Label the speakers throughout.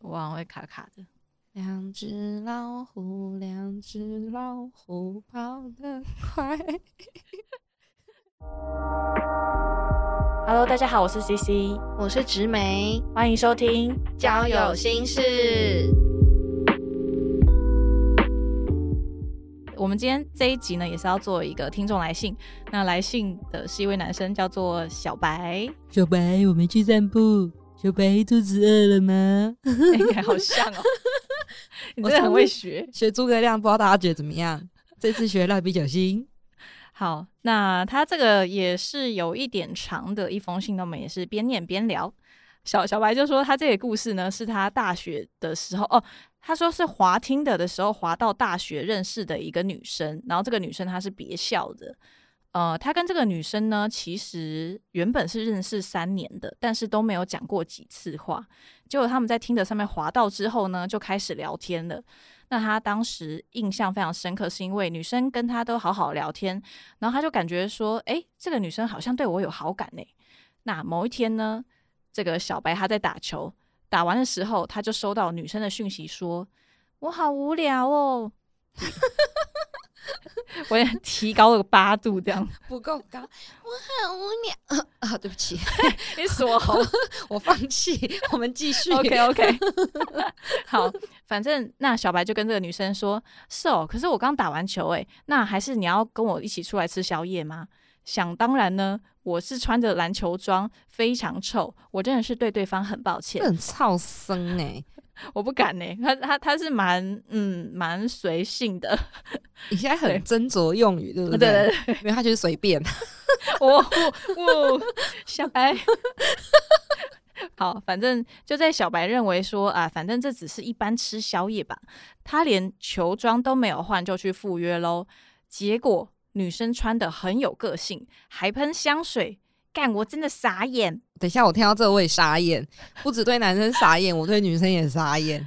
Speaker 1: 我好像会卡卡的。
Speaker 2: 两只老虎，两只老虎跑得快。
Speaker 3: Hello，大家好，我是 CC，
Speaker 2: 我是植梅，
Speaker 3: 欢迎收听。
Speaker 2: 交友心事。
Speaker 1: 我们今天这一集呢，也是要做一个听众来信。那来信的是一位男生，叫做小 白，
Speaker 2: 小白，我们去散步。小白，肚子饿了吗？
Speaker 1: 哎，好像哦，你真的很会学。
Speaker 2: 学诸葛亮，不知道大家觉得怎么样？这次学蜡笔小新，
Speaker 1: 好，那他这个也是有一点长的一封信，那我们也是边念边聊。小小白就说他这个故事呢，是他大学的时候哦，他说是滑听的的时候滑到大学认识的一个女生，然后这个女生她是别校的，呃，他跟这个女生呢，其实原本是认识三年的，但是都没有讲过几次话。结果他们在听的上面滑到之后呢，就开始聊天了。那他当时印象非常深刻，是因为女生跟他都好好聊天，然后他就感觉说，诶，这个女生好像对我有好感呢、那某一天呢，这个小白他在打球，打完的时候他就收到女生的讯息说：“我好无聊哦。” 我也提高了八度这样，
Speaker 2: 不够高，我很无聊啊！对不起，
Speaker 1: 你锁喉
Speaker 2: 我放弃，我们继续。
Speaker 1: OK OK，好，反正那小白就跟这个女生说：“是哦，可是我刚打完球诶，那还是你要跟我一起出来吃宵夜吗？”想当然呢，我是穿着篮球装，非常臭，我真的是对对方很抱
Speaker 2: 这
Speaker 1: 歉，
Speaker 2: 很操生哎、
Speaker 1: 我不敢呢、欸他他他是蛮嗯蛮随性的，
Speaker 2: 你现在很斟酌用语，对不
Speaker 1: 对 对
Speaker 2: 对因为他就是随便。
Speaker 1: 我我我小白。哎好，反正就在小白认为说啊，反正这只是一般吃宵夜吧，他连球装都没有换就去赴约喽。结果女生穿的很有个性，还喷香水，干我真的傻眼。
Speaker 2: 等一下，我听到这我也傻眼，不止对男生傻眼，我对女生也傻眼。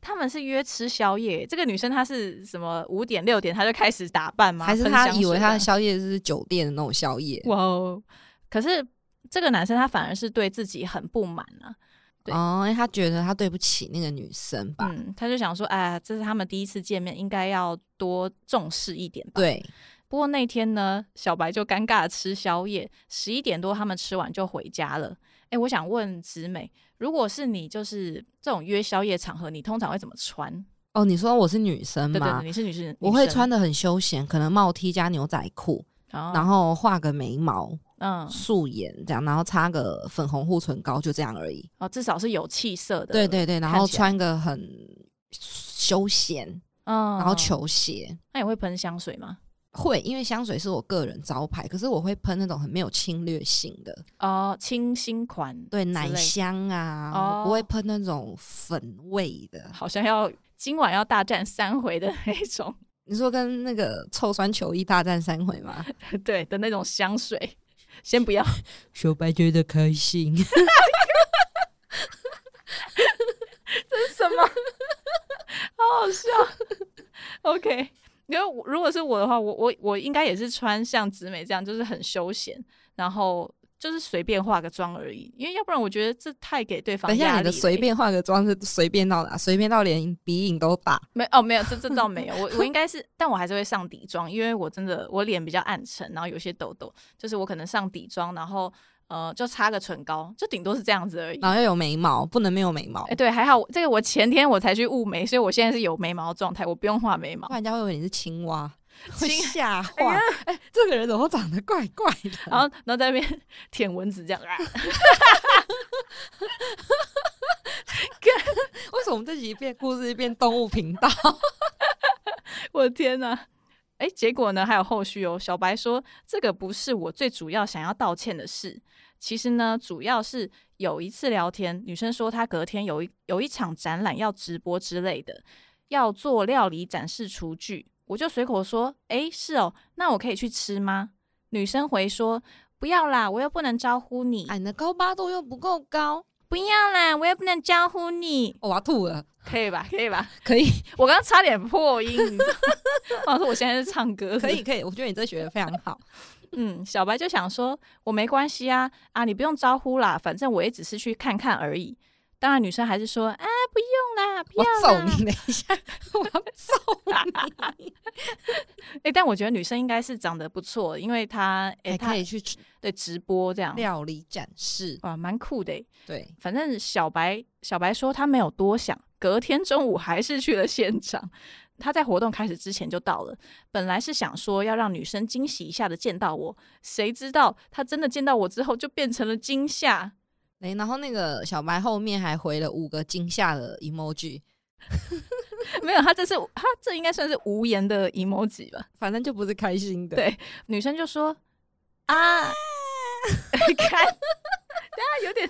Speaker 1: 他们是约吃宵夜，这个女生她是什么五点六点她就开始打扮吗？
Speaker 2: 还是
Speaker 1: 喷
Speaker 2: 他
Speaker 1: 香
Speaker 2: 以为
Speaker 1: 水
Speaker 2: 他
Speaker 1: 啊
Speaker 2: 的宵夜是酒店的那种宵夜？
Speaker 1: 哇哦！可是这个男生他反而是对自己很不满啊，对
Speaker 2: 哦，因为他觉得他对不起那个女生吧？
Speaker 1: 嗯，他就想说，哎呀，这是他们第一次见面，应该要多重视一点吧。
Speaker 2: 对，
Speaker 1: 不过那天呢，小白就尴尬地吃宵夜，十一点多他们吃完就回家了。哎，我想问子美，如果是你，就是这种约宵夜场合，你通常会怎么穿？
Speaker 2: 哦，你说我是女生
Speaker 1: 对对
Speaker 2: 吗
Speaker 1: 对，？你是女生，
Speaker 2: 嗯我会
Speaker 1: 女生
Speaker 2: 穿，的很休闲，可能帽 T 加牛仔裤，然
Speaker 1: 然
Speaker 2: 后画个眉毛、
Speaker 1: 嗯，
Speaker 2: 素颜这样，然后擦个粉红护唇膏，就这样而已。
Speaker 1: 哦，至少是有气色的，
Speaker 2: 对，对对，然
Speaker 1: 看
Speaker 2: 后
Speaker 1: 起来
Speaker 2: 穿个很休闲，
Speaker 1: 嗯，
Speaker 2: 然后，球鞋。
Speaker 1: 那你会喷香水吗？
Speaker 2: 会，因为香水是我个人招牌，可是我会喷那种很没有侵略性的，
Speaker 1: 哦，清新款，
Speaker 2: 对
Speaker 1: 之类
Speaker 2: 奶
Speaker 1: 的
Speaker 2: 香啊，我
Speaker 1: 哦
Speaker 2: 不会喷那种粉味的。
Speaker 1: 好像要今晚要大战三回的那一种，
Speaker 2: 你说跟那个臭酸球衣大战三回吗？
Speaker 1: 对的那种香水，先不要。
Speaker 2: 小白觉得开心，
Speaker 1: 什么？ 好好笑。OK，因为我如果是我的话，我我我应该也是穿像直美这样，就是很休闲，然后就是随便化个妆而已。因为要不然我觉得这太给对方
Speaker 2: 等一
Speaker 1: 压
Speaker 2: 下
Speaker 1: 力
Speaker 2: 你的
Speaker 1: 了
Speaker 2: 随便化个妆是随便到哪？随便到连鼻影都打，
Speaker 1: 没哦没有这这倒没有，我 我应该是，但我还是会上底妆，因为我真的我脸比较暗沉，然后有些痘痘，就是我可能上底妆，然后呃就擦个唇膏，就顶多是这样子而已。
Speaker 2: 然后又有眉毛，不能没有眉毛
Speaker 1: 哎、，对，还好这个我前天我才去雾眉，所以我现在是有眉毛的状态，我不用画眉毛
Speaker 2: 不。然人家会以为你是青蛙，会
Speaker 1: 青
Speaker 2: 吓坏。哎、这个人怎么长得怪怪 的？
Speaker 1: 然后然后在那边 舔蚊子这样啊，
Speaker 2: 为什么我们这集变故事变动物频道？
Speaker 1: 我的天哪、哎，结果呢还有后续哦。小白说这个不是我最主要想要道歉的事，其实呢主要是有一次聊天，女生说她隔天有一有一场展览要直播之类的，要做料理展示厨具，我就随口说，哎，是哦，那我可以去吃吗？女生回说。不要啦，我又不能招呼你。
Speaker 2: 哎，你的高八度又不够高，
Speaker 1: 啊不要啦，我又不能招呼你，
Speaker 2: 哦我要吐了。
Speaker 1: 可以吧？可以吧？
Speaker 2: 可 以，
Speaker 1: 我刚刚差点破音，你知道吗 我想说我现在是唱歌，
Speaker 2: 可 以，。可以，我觉得你这学的非常好。
Speaker 1: 嗯，小白就想说，我没关系啊，啊，你不用招呼啦，反正我也只是去看看而已。当然，女生还是说，啊，啦，不
Speaker 2: 我
Speaker 1: 要
Speaker 2: 揍
Speaker 1: 啦
Speaker 2: 你！等一下， 我要揍你！
Speaker 1: 哎、但我觉得女生应该是长得不错，因为她 哎、
Speaker 2: 还
Speaker 1: 她
Speaker 2: 可以去吃
Speaker 1: 对直播这样，
Speaker 2: 料理展示，
Speaker 1: 哇，蛮酷的欸。
Speaker 2: 对，
Speaker 1: 反正小白小白说他没有多想，隔天中午还是去了现场。他在活动开始之前就到了，本来是想说要让女生惊喜一下的见到我，谁知道他真的见到我之后就变成了惊吓。
Speaker 2: 哎、然后那个小白后面还回了五个惊吓的 emoji，
Speaker 1: 没有，他这是他这应该算是无言的 emoji 吧？
Speaker 2: 反正就不是开心的。
Speaker 1: 对女生就说 啊，看，等下有点，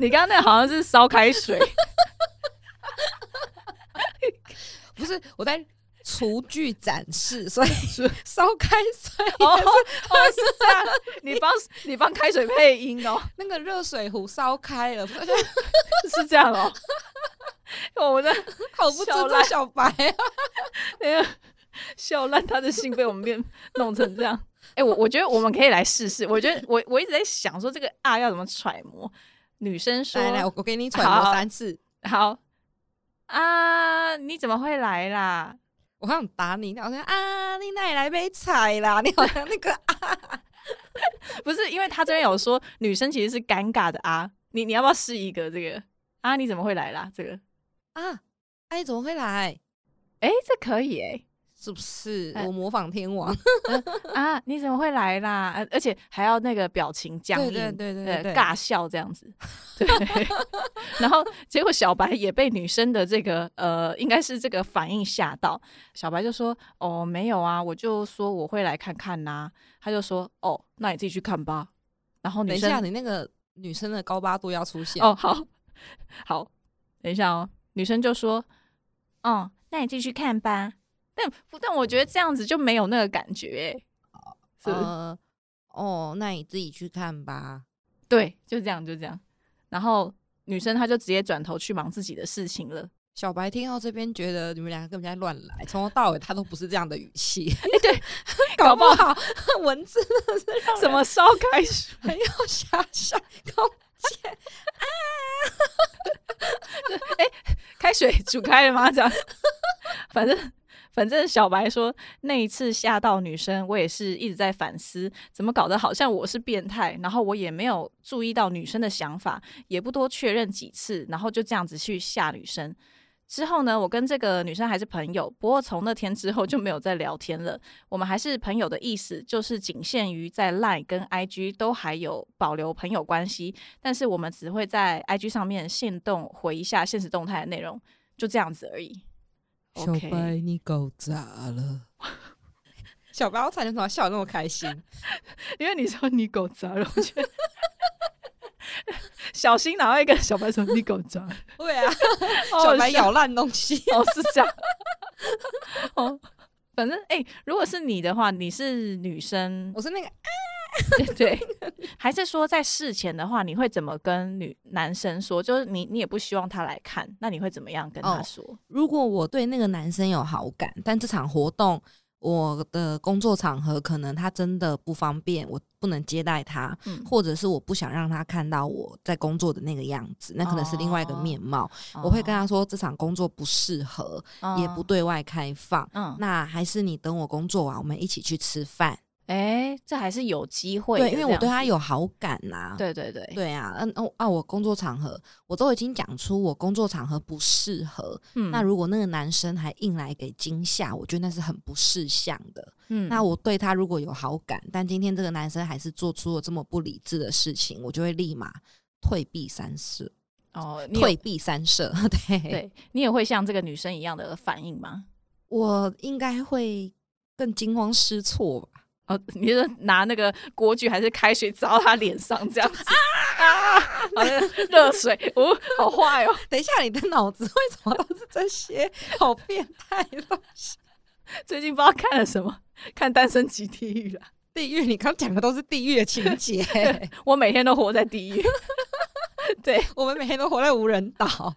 Speaker 1: 你刚刚那个好像是烧开水，
Speaker 2: 不是我在厨具展 示，所以烧开水
Speaker 1: 哦哦是这样，你帮你帮开水配音哦。
Speaker 2: 那个热水壶烧开了，
Speaker 1: 是这样哦、我在
Speaker 2: 好不尊
Speaker 1: 小
Speaker 2: 重
Speaker 1: 赖
Speaker 2: 小白啊！
Speaker 1: 那个啊笑烂他的心被我们变弄成这样。哎、我我觉得我们可以来试试。我觉得我我一直在想说这个啊要怎么揣摩。女生说
Speaker 2: 来来，我我给你揣摩
Speaker 1: 好
Speaker 2: 三次，
Speaker 1: 好啊，你怎么会来啦？
Speaker 2: 我好想打你，好像啊，你哪里来杯彩啦？你好像那个啊，
Speaker 1: 不是因为他这边有说女生其实是尴尬的啊，你你要不要试一个这个啊？你怎么会来啦？这个
Speaker 2: 啊哎，怎么会来？
Speaker 1: 哎、这可以哎、
Speaker 2: 是不是
Speaker 1: 哎
Speaker 2: 我模仿天王？
Speaker 1: 啊，你怎么会来啦？呃而且还要那个表情僵
Speaker 2: 对
Speaker 1: 硬，
Speaker 2: 对对对对
Speaker 1: 呃
Speaker 2: 对
Speaker 1: 尬笑这样子。 对，然后结果小白也被女生的这个呃，应该是这个反应吓到。小白就说：“哦，没有啊，我就说我会来看看呐、他就说：“哦，那你自己去看吧。”然后
Speaker 2: 等
Speaker 1: 女
Speaker 2: 一下，
Speaker 1: 生
Speaker 2: 你那个女生的高八度要出现
Speaker 1: 哦，好 好，等一下哦，女生就说：“哦，那你继续看吧。”但但我觉得这样子就没有那个感觉、欸，是不是？
Speaker 2: 呃，哦，那你自己去看吧。
Speaker 1: 对，就这样，就这样。然后女生她就直接转头去忙自己的事情了。
Speaker 2: 小白听到这边，觉得你们两个根本在乱来，从头到尾他都不是这样的语气，哎对，
Speaker 1: 搞
Speaker 2: 搞不
Speaker 1: 不
Speaker 2: 好 文字真的是让
Speaker 1: 什
Speaker 2: 人
Speaker 1: 么烧开水？
Speaker 2: 很有遐想空间。
Speaker 1: 开水煮开了吗？这样， 反正反正小白说那一次吓到女生，我也是一直在反思，怎么搞得好像我是变态，然后我也没有注意到女生的想法，也不多确认几次，然后就这样子去吓女生。之后呢，我跟这个女生还是朋友，不过从那天之后就没有再聊天了。我们还是朋友的意思，就是仅限于在 LINE 跟 IG 都还有保留朋友关系，但是我们只会在 IG 上面限动回一下现实动态的内容，就这样子而已。OK，
Speaker 2: 你搞砸了。小白，我才能从笑得那么开 心，
Speaker 1: 因为你说你狗砸了，我觉得小新哪会跟小白说你狗砸 了？
Speaker 2: 对啊，
Speaker 1: 好
Speaker 2: 小白
Speaker 1: 笑
Speaker 2: 咬烂东西，
Speaker 1: 哦，是这样。 哦，反正哎、如果是你的话，你是女生，
Speaker 2: 我是那个
Speaker 1: 对，还是说在事前的话，你会怎么跟女男生说？就是你，你也不希望他来看，那你会怎么样跟他
Speaker 2: 哦
Speaker 1: 说？
Speaker 2: 如果我对那个男生有好感，但这场活动我的工作场合可能他真的不方便，我不能接待他，
Speaker 1: 嗯
Speaker 2: 或者是我不想让他看到我在工作的那个样子，那可能是另外一个
Speaker 1: 哦
Speaker 2: 面貌。我会跟他说这场工作不适合，
Speaker 1: 他
Speaker 2: 也不，对外开放。
Speaker 1: 嗯，
Speaker 2: 那还是你等我工作完，我们一起去吃饭。
Speaker 1: 哎、这还是有机会的
Speaker 2: 对，
Speaker 1: 这
Speaker 2: 因
Speaker 1: 样，
Speaker 2: 为我对他有好感呐、
Speaker 1: 对对对
Speaker 2: 对啊，嗯哦啊，我工作场合我都已经讲出我工作场合不适合，
Speaker 1: 嗯
Speaker 2: 那如果那个男生还硬来给惊吓，我觉得那是很不识相的。
Speaker 1: 嗯
Speaker 2: 那我对他如果有好感，但今天这个男生还是做出了这么不理智的事情，我就会立马退避三舍，
Speaker 1: 哦，你也
Speaker 2: 退避三舍。 对，
Speaker 1: 对你也会像这个女生一样的反应吗？
Speaker 2: 我应该会更惊慌失措吧？
Speaker 1: 哦，你是拿那个锅具还是开水砸到她脸上这样子啊？好 像热水，哦，好坏哦，
Speaker 2: 等一下，你的脑子为什么都是这些好变态的东西？
Speaker 1: 最近不知道看了什么，看《单身级地狱》啦。
Speaker 2: 地狱，你刚讲的都是地狱的 情节。
Speaker 1: 我每天都活在地狱， 对，
Speaker 2: 我们每天都活在无人岛。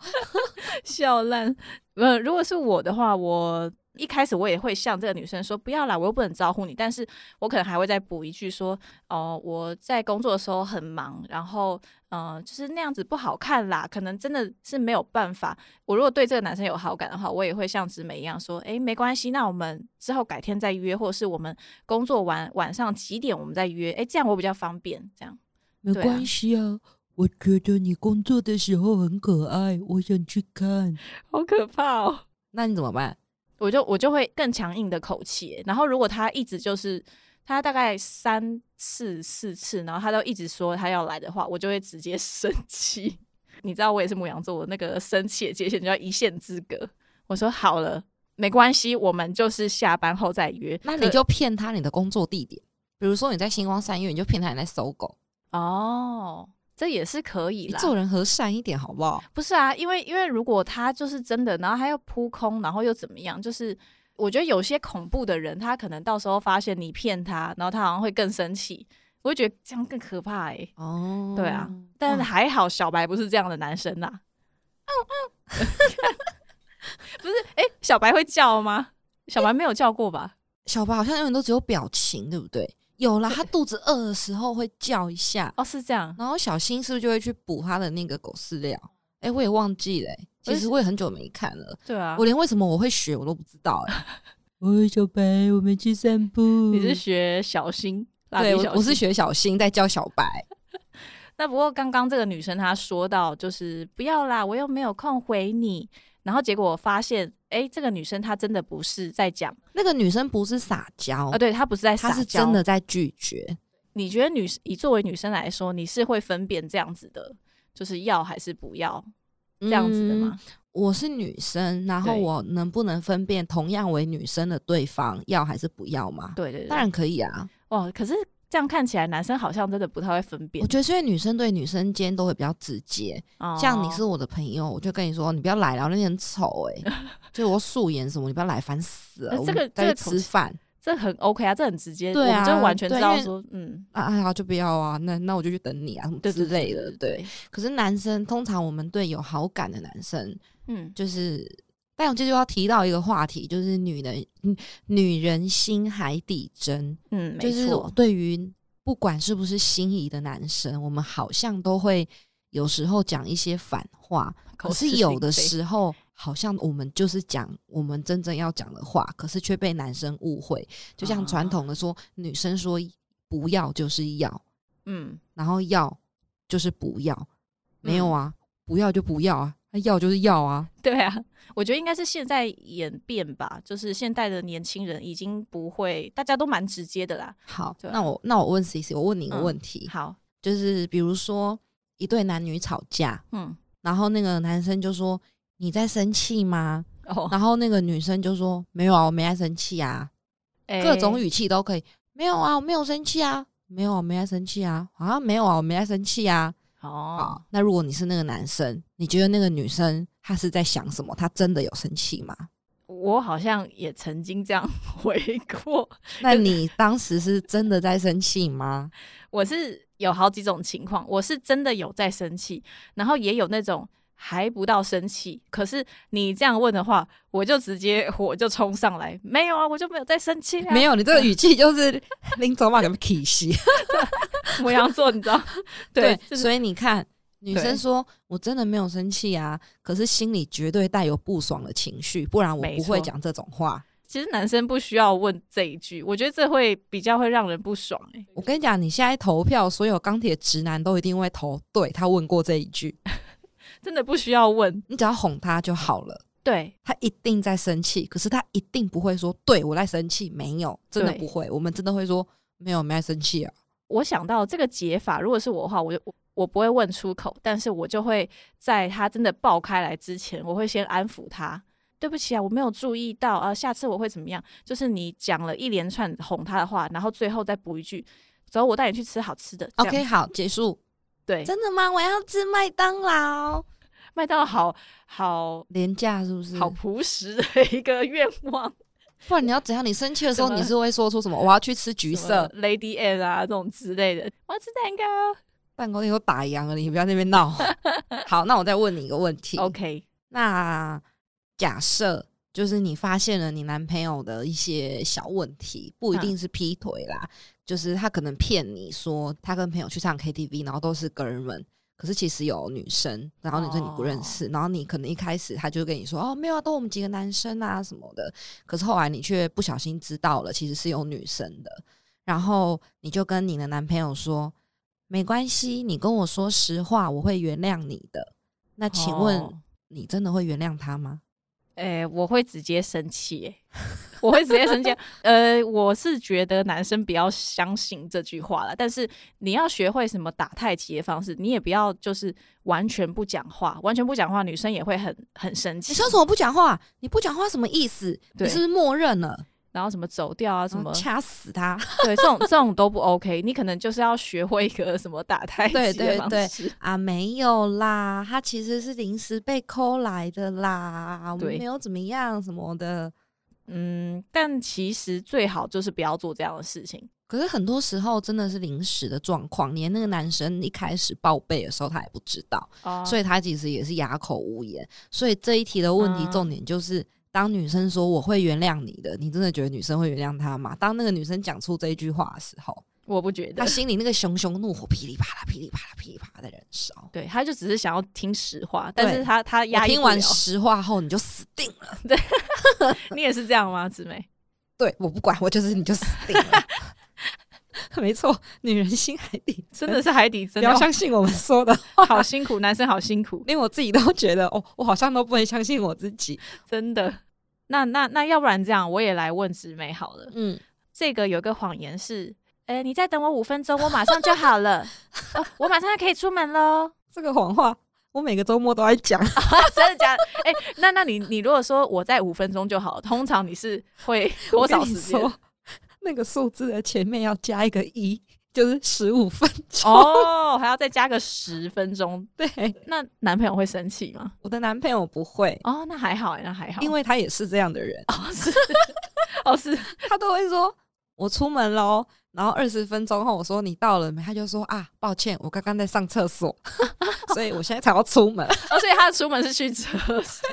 Speaker 1: 笑烂。呃，如果是我的话，我一开始我也会向这个女生说不要啦，我又不能招呼你，但是我可能还会再补一句说，哦、我在工作的时候很忙，然后呃，就是那样子不好看啦，可能真的是没有办法。我如果对这个男生有好感的话，我也会像直美一样说，诶，没关系，那我们之后改天再约，或者是我们工作完晚上几点我们再约，诶，这样我比较方便。这样，
Speaker 2: 没
Speaker 1: 对啊
Speaker 2: 关系啊。我觉得你工作的时候很可爱，我想去看。
Speaker 1: 好可怕哦。
Speaker 2: 那你怎么办？
Speaker 1: 我就我就会更强硬的口气。欸然后如果他一直就是他大概三次四次，然后他都一直说他要来的话，我就会直接 生气。你知道我也是母羊座，我那个生气的界限就要一线之隔。我说好了，没关系，我们就是下班后再约。
Speaker 2: 那
Speaker 1: 可
Speaker 2: 你就骗他你的工作地点，比如说你在星光三月，你就骗他你在搜狗。
Speaker 1: 哦，这也是可以
Speaker 2: 你
Speaker 1: 啦。
Speaker 2: 做人和善一点好不好？
Speaker 1: 不是啊，因为因为如果他就是真的，然后他又扑空，然后又怎么样？就是我觉得有些恐怖的人，他可能到时候发现你骗他，然后他好像会更生气。我会觉得这样更可怕哎、
Speaker 2: 哦
Speaker 1: 对啊，但是
Speaker 2: 哇
Speaker 1: 还好小白不是这样的男生啦。 不是哎、小白会叫吗？小白没有叫过吧？
Speaker 2: 小白好像永远都只有表情，对不对？有啦，
Speaker 1: 对
Speaker 2: 他肚子饿的时候会叫一下，
Speaker 1: 哦，是这样。
Speaker 2: 然后小新是不是就会去补他的那个狗饲料？哎、我也忘记了、欸
Speaker 1: 我也
Speaker 2: 其实我也很久没看了，
Speaker 1: 对啊
Speaker 2: 我，连为什么我会学我都不知道、欸。 喂，小白，我们去散步。
Speaker 1: 你是学小新，蜡笔
Speaker 2: 对，我
Speaker 1: 小
Speaker 2: 我是
Speaker 1: 新
Speaker 2: 学小新在教小白。
Speaker 1: 那不过刚刚这个女生她说到，就是不要啦，我又没有空回你。然后结果我发现，哎，这个女生她真的不是在讲
Speaker 2: 那个女生不是撒娇，
Speaker 1: 啊，对，她不是在撒
Speaker 2: 哦她
Speaker 1: 娇。
Speaker 2: 是真的，在拒绝。
Speaker 1: 你觉得女以作为女生来说，你是会分辨这样子的，就是要还是不要这样子的
Speaker 2: 嗯
Speaker 1: 吗？
Speaker 2: 我是女生，然后
Speaker 1: 对
Speaker 2: 我能不能分辨同样为女生的对方要还是不要吗？
Speaker 1: 对对对，
Speaker 2: 当然可以啊。
Speaker 1: 哇，可是这样看起来，男生好像真的不太会分辨
Speaker 2: 我。觉得是因为女生对女生间都会比较直接，
Speaker 1: 哦
Speaker 2: 像你是我的朋友，我就跟你说你不要来了，那你很丑哎、 就我素颜什么，你不要来，烦死了。
Speaker 1: 呃这个
Speaker 2: 我们再
Speaker 1: 这个
Speaker 2: 去
Speaker 1: 口
Speaker 2: 吃
Speaker 1: 气
Speaker 2: 饭
Speaker 1: 这很 OK 啊，这很直接，
Speaker 2: 对啊
Speaker 1: 我们就完全知
Speaker 2: 对
Speaker 1: 道
Speaker 2: 因为
Speaker 1: 说，嗯，
Speaker 2: 啊啊啊就不要啊，那那我就去等你啊什么
Speaker 1: 对
Speaker 2: 之
Speaker 1: 对对
Speaker 2: 类的。
Speaker 1: 对
Speaker 2: 对，可是男生通常我们对有好感的男生，
Speaker 1: 嗯，
Speaker 2: 就是，但我这就要提到一个话题，就是女人，嗯女人心海底针，
Speaker 1: 嗯，
Speaker 2: 就
Speaker 1: 没
Speaker 2: 是
Speaker 1: 错，
Speaker 2: 对于不管是不是心仪的男生，我们好像都会有时候讲一些反话，
Speaker 1: 口
Speaker 2: 可是
Speaker 1: 是
Speaker 2: 有
Speaker 1: 心
Speaker 2: 的
Speaker 1: 非
Speaker 2: 时候好像我们就是讲我们真正要讲的话，可是却被男生误会，就
Speaker 1: 啊
Speaker 2: 像传统的说，女生说不要就是要，
Speaker 1: 嗯，
Speaker 2: 然后要就是不要，没有啊，不要就不要啊，要就是要啊。
Speaker 1: 对啊，我觉得应该是现在演变吧，就是现代的年轻人已经不会，大家都蛮直接的啦。
Speaker 2: 好，
Speaker 1: 对啊
Speaker 2: 那我那我问 C C，我问你一个
Speaker 1: 嗯
Speaker 2: 问题，
Speaker 1: 好，
Speaker 2: 就是比如说一对男女吵架，
Speaker 1: 嗯，
Speaker 2: 然后那个男生就说你在生气吗？
Speaker 1: 哦，
Speaker 2: 然后那个女生就说没有啊，我没在生气啊，各种
Speaker 1: 语，
Speaker 2: 语气都可以，没有啊，我没有生气啊，没有啊，我没在生气啊，啊，没有啊，我没在生气啊。
Speaker 1: 哦
Speaker 2: 好，，那如果你是那个男生，你觉得那个女生她是在想什么？她真的有生气吗？
Speaker 1: 我好像也曾经这样 回过，
Speaker 2: 那你当时是真的在生气吗？
Speaker 1: 我是有好几种情况，我是真的有在生气，然后也有那种还不到生气，可是你这样问的话，我就直接火就冲上来，没有啊，我就没有在生气啊，
Speaker 2: 没有，你这个语气就是 临走嘛，你们 k 西。
Speaker 1: 母羊座，你知 道，
Speaker 2: 对，
Speaker 1: 就是
Speaker 2: 所以你看，女
Speaker 1: 对
Speaker 2: 生说我真的没有生气啊，可是心里绝对带有不爽的情绪，不然我
Speaker 1: 没
Speaker 2: 不会
Speaker 1: 错
Speaker 2: 讲这种话。
Speaker 1: 其实男生不需要问这一句，我觉得这会比较会让人不爽、欸。
Speaker 2: 我跟你讲，你现在投票，所有钢铁直男都一定会投对。他问过这一句，
Speaker 1: 真的不需要问。
Speaker 2: 你只要哄他就好了。
Speaker 1: 对，
Speaker 2: 他一定在生气，可是他一定不会说“对我在生气”，没有，真的
Speaker 1: 对
Speaker 2: 不会。我们真的会说“没有，没在生气啊
Speaker 1: 我想到这个解法，如果是我的话，我就我我不会问出口，但是我就会在他真的爆开来之前，我会先安抚他。对不起啊，我没有注意到啊，下次我会怎么样？就是你讲了一连串哄他的话，然后最后再补一句：“走，我带你去吃好吃的。”这样
Speaker 2: ”OK，好，结束。
Speaker 1: 对，
Speaker 2: 真的吗？我要吃麦当劳。
Speaker 1: 麦当劳好好
Speaker 2: 廉价是不是？
Speaker 1: 好朴实的一个愿望，
Speaker 2: 不然你要怎样？你生气的时候，
Speaker 1: 什么
Speaker 2: 你是会说出什么？我要去吃橘
Speaker 1: 什
Speaker 2: 色
Speaker 1: 么，Lady N 啊这种之类的，我要吃蛋糕。
Speaker 2: 办公室都打烊了，你不要在那 边闹。好，那我再问你一个问题。
Speaker 1: OK，
Speaker 2: 那假设就是你发现了你男朋友的一些小问题，不一定是劈腿啦，就是他可能骗你说他跟朋友去唱 KTV，然后都是哥们，可是其实有女生，然后女生你不认识，然后你可能一开始他就跟你说哦没有啊，都我们几个男生啊什么的，可是后来你却不小心知道了，其实是有女生的，然后你就跟你的男朋友说没关系，你跟我说实话，我会原谅你的。那请问、
Speaker 1: 哦
Speaker 2: 你真的会原谅他吗？
Speaker 1: 哎、我会直接生气、欸，我会直接生气。呃，我是觉得男生不要相信这句话了，但是你要学会什么打太极的方式，你也不要就是完全不讲话，完全不讲话，女生也会很很生气。
Speaker 2: 你说什么不讲话？你不讲话什么意思？你
Speaker 1: 对
Speaker 2: 是不是默认了？
Speaker 1: 然后什么走掉啊，什
Speaker 2: 然后
Speaker 1: 么、
Speaker 2: 掐死他？
Speaker 1: 对，这种这种都不 OK。你可能就是要学会一个什么打太极
Speaker 2: 对
Speaker 1: 的
Speaker 2: 对
Speaker 1: 方
Speaker 2: 对
Speaker 1: 式。
Speaker 2: 啊，没有啦，他其实是临时被抠来的啦，我们
Speaker 1: 对
Speaker 2: 没有怎么样什么的。
Speaker 1: 嗯，但其实最好就是不要做这样的事情。
Speaker 2: 可是很多时候真的是临时的状况，连那个男生一开始报备的时候他也不知道，
Speaker 1: 哦
Speaker 2: 所以他其实也是哑口无言。所以这一题的问题
Speaker 1: 嗯
Speaker 2: 重点就是，当女生说我会原谅你的，你真的觉得女生会原谅他吗？当那个女生讲出这一句话的时候，
Speaker 1: 我不觉得
Speaker 2: 她，心里那个熊熊怒火噼里啪啦、噼里啪啦、噼里啪啦在燃烧。
Speaker 1: 对，他就只是想要听实话，但
Speaker 2: 对
Speaker 1: 是他他
Speaker 2: 我
Speaker 1: 压抑
Speaker 2: 听
Speaker 1: 不
Speaker 2: 完
Speaker 1: 了
Speaker 2: 实话后，你就死定了。
Speaker 1: 你也是这样吗，姊妹？
Speaker 2: 对我不管，我就是你就死定了。 没错，女人心海底针
Speaker 1: 真的是海底
Speaker 2: 呃不
Speaker 1: 针
Speaker 2: 要
Speaker 1: 哦，
Speaker 2: 相信我们说的，
Speaker 1: 好辛苦，男生好辛苦，
Speaker 2: 连我自己都觉得哦，我好像都不能相信我自己。
Speaker 1: 真的。那那那，要不然这样，我也来问姊妹好了。
Speaker 2: 嗯，
Speaker 1: 这个有个谎言是，哎、你再等我五分钟，我马上就好了，哦、我马上就可以出门 喽。
Speaker 2: 这个谎话我每个周末都在讲，
Speaker 1: 真的 假的？哎、那那你你如果说我在五分钟就好，通常你是会多少
Speaker 2: 我跟
Speaker 1: 时
Speaker 2: 你
Speaker 1: 间？
Speaker 2: 说那个数字的前面要加一个一，就是十五分钟。
Speaker 1: 哦，还要再加个十分钟，
Speaker 2: 对，
Speaker 1: 那男朋友会生气吗？
Speaker 2: 我的男朋友不会，
Speaker 1: 哦，那还好、哎，那还好，
Speaker 2: 因为他也是这样的人，
Speaker 1: 哦是 哦是
Speaker 2: 他都会说我出门喽。然后二十分钟后，我说你到了没？他就说啊，抱歉，我刚刚在上厕所， 所以我现在才要出门。
Speaker 1: 哦，所以他的出门是去车水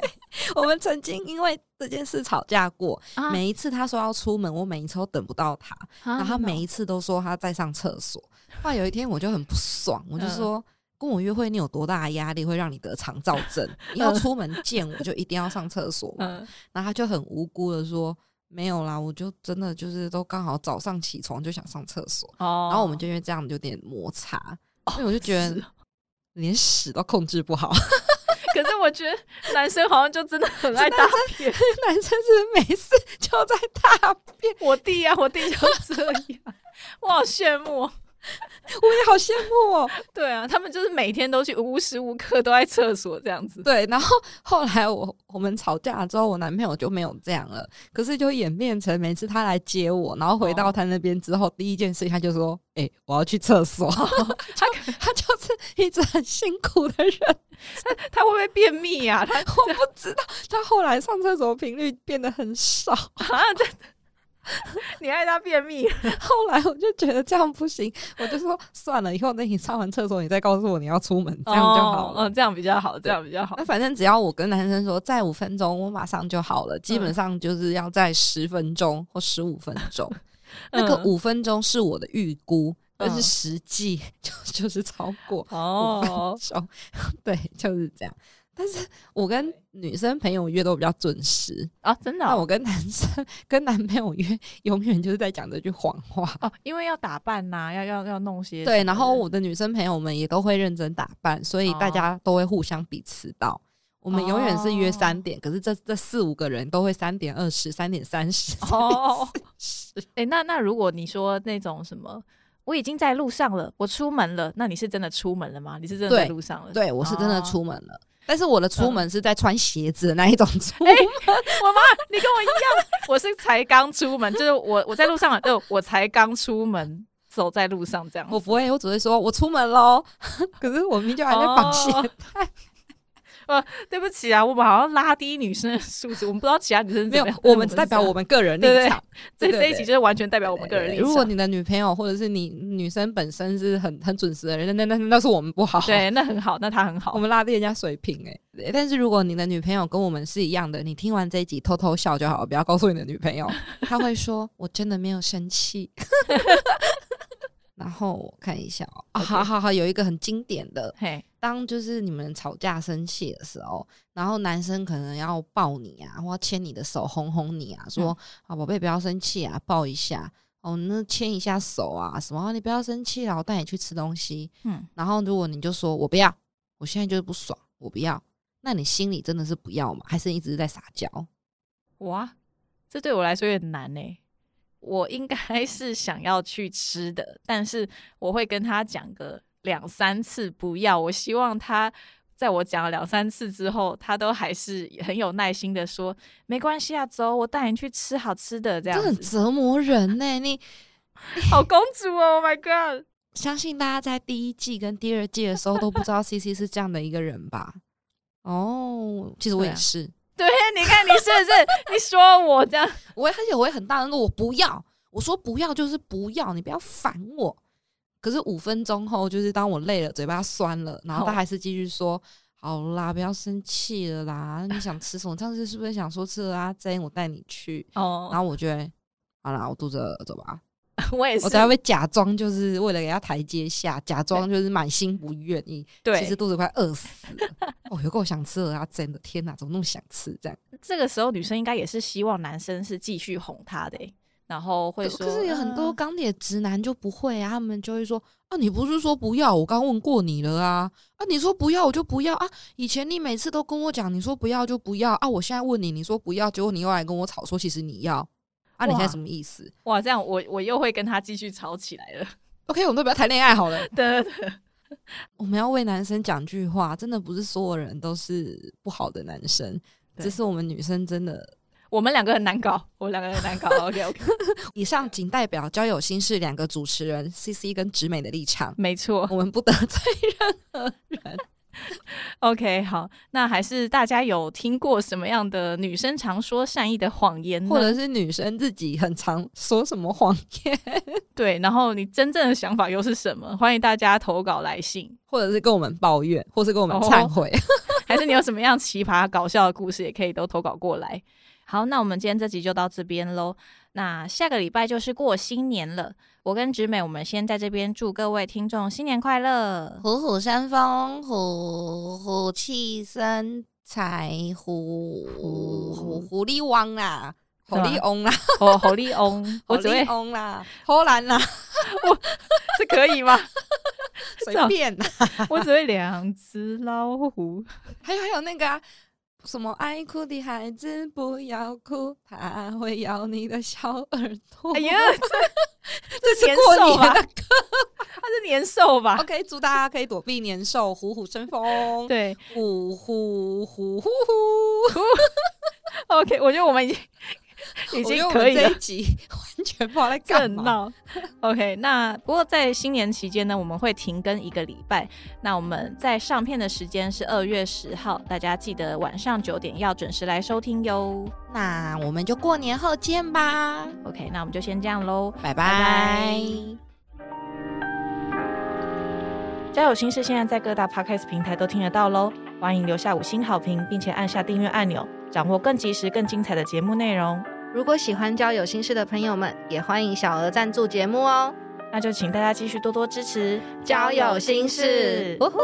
Speaker 2: 我们曾经因为这件事吵架过，
Speaker 1: 啊
Speaker 2: 每一次他说要出门，我每一次都等不到他，
Speaker 1: 啊
Speaker 2: 然后他
Speaker 1: 真的哦
Speaker 2: 每一次都说他在上厕所。后来有一天我就很不爽，我就
Speaker 1: 嗯
Speaker 2: 说。跟我约会，你有多大的压力会让你得肠燥 症？你要出门见我就一定要上厕所嘛？
Speaker 1: 嗯，
Speaker 2: 然后他就很无辜的说：“没有啦，我就真的就是都刚好早上起床就想上厕所。”
Speaker 1: 哦，
Speaker 2: 然后我们就因为这样有点摩擦，所以我就觉
Speaker 1: 是哦
Speaker 2: 得连屎都控制不好。
Speaker 1: 可是我觉得男生好像就真的很爱大便，
Speaker 2: 男生是没事就在大便，
Speaker 1: 我弟啊，我弟就这样，我好羡慕哦。
Speaker 2: 我也好羡慕哦。
Speaker 1: 对啊，他们就是每天都去，无时无刻都在厕所这样子。
Speaker 2: 对，然后后来我我们吵架之后，我男朋友就没有这样了，可是就演变成每次他来接我，然后回到
Speaker 1: 哦
Speaker 2: 他那边之后，第一件事情他就说：“哎、我要去厕所。
Speaker 1: 他可
Speaker 2: 他就是一直很辛苦的人，
Speaker 1: 他会不会便秘啊？他
Speaker 2: 我不知道他后来上厕所频率变得很少。
Speaker 1: 啊，真的，你爱他便秘？啊
Speaker 2: 后来我就觉得这样不行，我就说算了，以后等你上完厕所，你再告诉我你要出门，这样就好了。
Speaker 1: 嗯、哦哦这样比较好，这样比较 好
Speaker 2: 那。反正只要我跟男生说再五分钟，我马上就好了。
Speaker 1: 嗯
Speaker 2: 基本上就是要在十分钟或十五分 钟。那个
Speaker 1: 嗯
Speaker 2: 五分钟是我的预估，但是
Speaker 1: 嗯
Speaker 2: 实际 就就是超过五分
Speaker 1: 哦，
Speaker 2: 钟。 对，就是这样。但是我跟女生朋友约都比较准时，
Speaker 1: 啊，真的
Speaker 2: 那
Speaker 1: 哦、
Speaker 2: 我跟男生跟男朋友约永远就是在讲这句谎话。
Speaker 1: 哦，因为要打扮呐、要要要弄些
Speaker 2: 对，
Speaker 1: 什么
Speaker 2: 然后
Speaker 1: 的
Speaker 2: 我的女生朋友们也都会认真打扮，所以大
Speaker 1: 哦
Speaker 2: 家都会互相比迟到。我们永远是约
Speaker 1: 哦
Speaker 2: 三点，可是这这四五个人都会三点二十、三点三十。
Speaker 1: 哦，哎、那那如果你说那种什么，我已经在路上了，我出门了，那你是真的出门了吗？你是真的在
Speaker 2: 对
Speaker 1: 路上了？
Speaker 2: 对，我是真的
Speaker 1: 哦
Speaker 2: 出门了，但是我的出门是在穿鞋子的那一种出 门。
Speaker 1: 我妈，你跟我一样，我是才刚出门，就是我我在路上了，对，我才刚出门，走在路上这样
Speaker 2: 我
Speaker 1: 子。
Speaker 2: 不会，我只会说我出门喽。可是我明明就还在绑鞋。
Speaker 1: 哦对不起啊，我们好像拉低女生的素质，我们不知道其他女生
Speaker 2: 没
Speaker 1: 怎
Speaker 2: 有
Speaker 1: 么样，
Speaker 2: 我们只代表我们个人 立
Speaker 1: 对对
Speaker 2: 场。
Speaker 1: 这
Speaker 2: 对
Speaker 1: 这一
Speaker 2: 对
Speaker 1: 集就是完全代表我们个人立
Speaker 2: 如果
Speaker 1: 场。
Speaker 2: 你的女朋友或者是你女生本身是很很准时的人，那那那那是我们不好。
Speaker 1: 对，那很好，那他很好
Speaker 2: 我。们拉低人家水平哎、欸但是如果你的女朋友跟我们是一样的，你听完这一集偷偷笑就好，不要告诉你的女朋 友，她会说：“我真的没有生气。” 然后我看一下哦、啊好好好，有一个很经典的，
Speaker 1: 嘿，
Speaker 2: 当就是你们吵架生气的时候，然后男生可能要抱你啊，或牵你的手，哄哄你啊，
Speaker 1: 嗯
Speaker 2: 说啊宝贝不要生气啊，抱一下哦，那牵一下手啊，什么啊你不要生气啊，我带你去吃东西。
Speaker 1: 嗯，
Speaker 2: 然后如果你就说我不要，我现在就是不爽，我不要，那你心里真的是不要吗？还是你只是在撒娇？
Speaker 1: 哇，这对我来说也很难呢、我应该 是想要去吃的，但是我会跟他讲个两三次不要。我希望他在我讲了两三次之后，他都还是很有耐心的说：“没关系啊，走，我带你去吃好吃的。”这
Speaker 2: 这
Speaker 1: 样
Speaker 2: 很
Speaker 1: 子，
Speaker 2: 折磨人呢、你
Speaker 1: 好公主哦，Oh my god！
Speaker 2: 相信大家在第一季跟第二季的时候都不知道 C C 是这样的一个人吧？哦，其实我
Speaker 1: 对
Speaker 2: 也
Speaker 1: 啊
Speaker 2: 是，
Speaker 1: 对，你看你是不是？你说我这样，
Speaker 2: 我也而且我也很大声说，我不要，我说不要就是不要，你不要烦我。可是五分钟后，就是当我累了，嘴巴酸了，然后他
Speaker 1: 哦
Speaker 2: 还是继续说：“好啦，不要生气了啦，你想吃什么？上次是不是想说吃了啊？这样我带你去。”然
Speaker 1: 哦，
Speaker 2: 后我觉得，好啦，我肚子饿了，走吧。
Speaker 1: 我也是
Speaker 2: 我，才会假装就是为了给他台阶下，假装就是满心不愿意，
Speaker 1: 对，
Speaker 2: 其实肚子快饿死了。哦，有够想吃了啊！真的，天哪，怎么那么想吃？这样
Speaker 1: 这个时候女生应该也是希望男生是继续哄她的欸、然后会说，
Speaker 2: 可是有很多
Speaker 1: 啊
Speaker 2: 钢铁直男就不会啊，他们就会说啊，你不是说不要？我刚问过你了啊，啊，你说不要我就不要啊。以前你每次都跟我讲，你说不要就不要啊，我现在问你，你说不要，结果你又来跟我吵说其实你要啊，你现在
Speaker 1: 哇
Speaker 2: 什么意思
Speaker 1: 哇，这样我我又会跟他继续吵起来了。
Speaker 2: ？OK，我们都不要谈恋爱好了。
Speaker 1: 对对对，
Speaker 2: 我们要为男生讲句话，真的不是所有人都是不好的男生，
Speaker 1: 对
Speaker 2: 只是我们女生真的。
Speaker 1: 我们两个很难搞，我们两个很难搞。OK OK，
Speaker 2: 以上仅代表交友心事两个主持人 C C 跟直美的立场，
Speaker 1: 没错。
Speaker 2: 我们不得 罪
Speaker 1: OK，好，那还是大家有听过什么样的女生常说善意的谎言呢？
Speaker 2: 或者是女生自己很常说什么谎言，
Speaker 1: 对，然后你真正的想法又是什么？欢迎大家投稿来信，
Speaker 2: 或者是跟我们抱怨，或是跟我们忏悔。
Speaker 1: 还是你有什么样奇葩搞笑的故事，也可以都投稿过来。好，那我们今天这集就到这边喽。那下个礼拜就是过新年了，我跟直美，我们先在这边祝各位听众新年快 乐。
Speaker 2: 哦虎虎生风，虎虎气生财，虎虎狐狸汪啦，狐
Speaker 1: 是吗
Speaker 2: 狸翁 啦，
Speaker 1: 哦，好利翁，
Speaker 2: 狐
Speaker 1: 我只会
Speaker 2: 狸翁啦，荷兰 啦，
Speaker 1: 这可以吗？
Speaker 2: 随便啦。
Speaker 1: 我只会两只老 虎。
Speaker 2: 还有还有那个、啊、什么爱哭的孩子不要哭，他会咬你的小耳朵。
Speaker 1: 哎呀，
Speaker 2: 这
Speaker 1: 这
Speaker 2: 是
Speaker 1: 年
Speaker 2: 过
Speaker 1: 兽
Speaker 2: 年
Speaker 1: 吧
Speaker 2: 的？
Speaker 1: 它是年兽吧？
Speaker 2: OK，祝大家可以躲避年兽，虎虎生风。，
Speaker 1: 对
Speaker 2: 虎虎虎虎虎。
Speaker 1: ，OK，我觉得我们已经 已
Speaker 2: 我觉
Speaker 1: 经
Speaker 2: 得我
Speaker 1: 可
Speaker 2: 们
Speaker 1: 以了
Speaker 2: 这一。集完全不知道在 干
Speaker 1: 更
Speaker 2: 嘛。
Speaker 1: 闹。OK，那不过在新年期间呢，我们会停更一个礼拜。那我们在上片的时间是二月十号，大家记得晚上九点要准时来收听哟。
Speaker 2: 那我们就过年后见吧，
Speaker 1: OK，那我们就先这样喽。
Speaker 2: 拜
Speaker 1: 拜
Speaker 2: 拜。
Speaker 1: 交友心事现在在各大 Podcast 平台都听得到喽，欢迎留下五星好评，并且按下订阅按钮，掌握更及时、更精彩的节目内容。
Speaker 2: 如果喜欢交友心事的朋友们，也欢迎小额赞助节目哦。
Speaker 1: 那就请大家继续多多支持
Speaker 2: 交友心事，呜呼！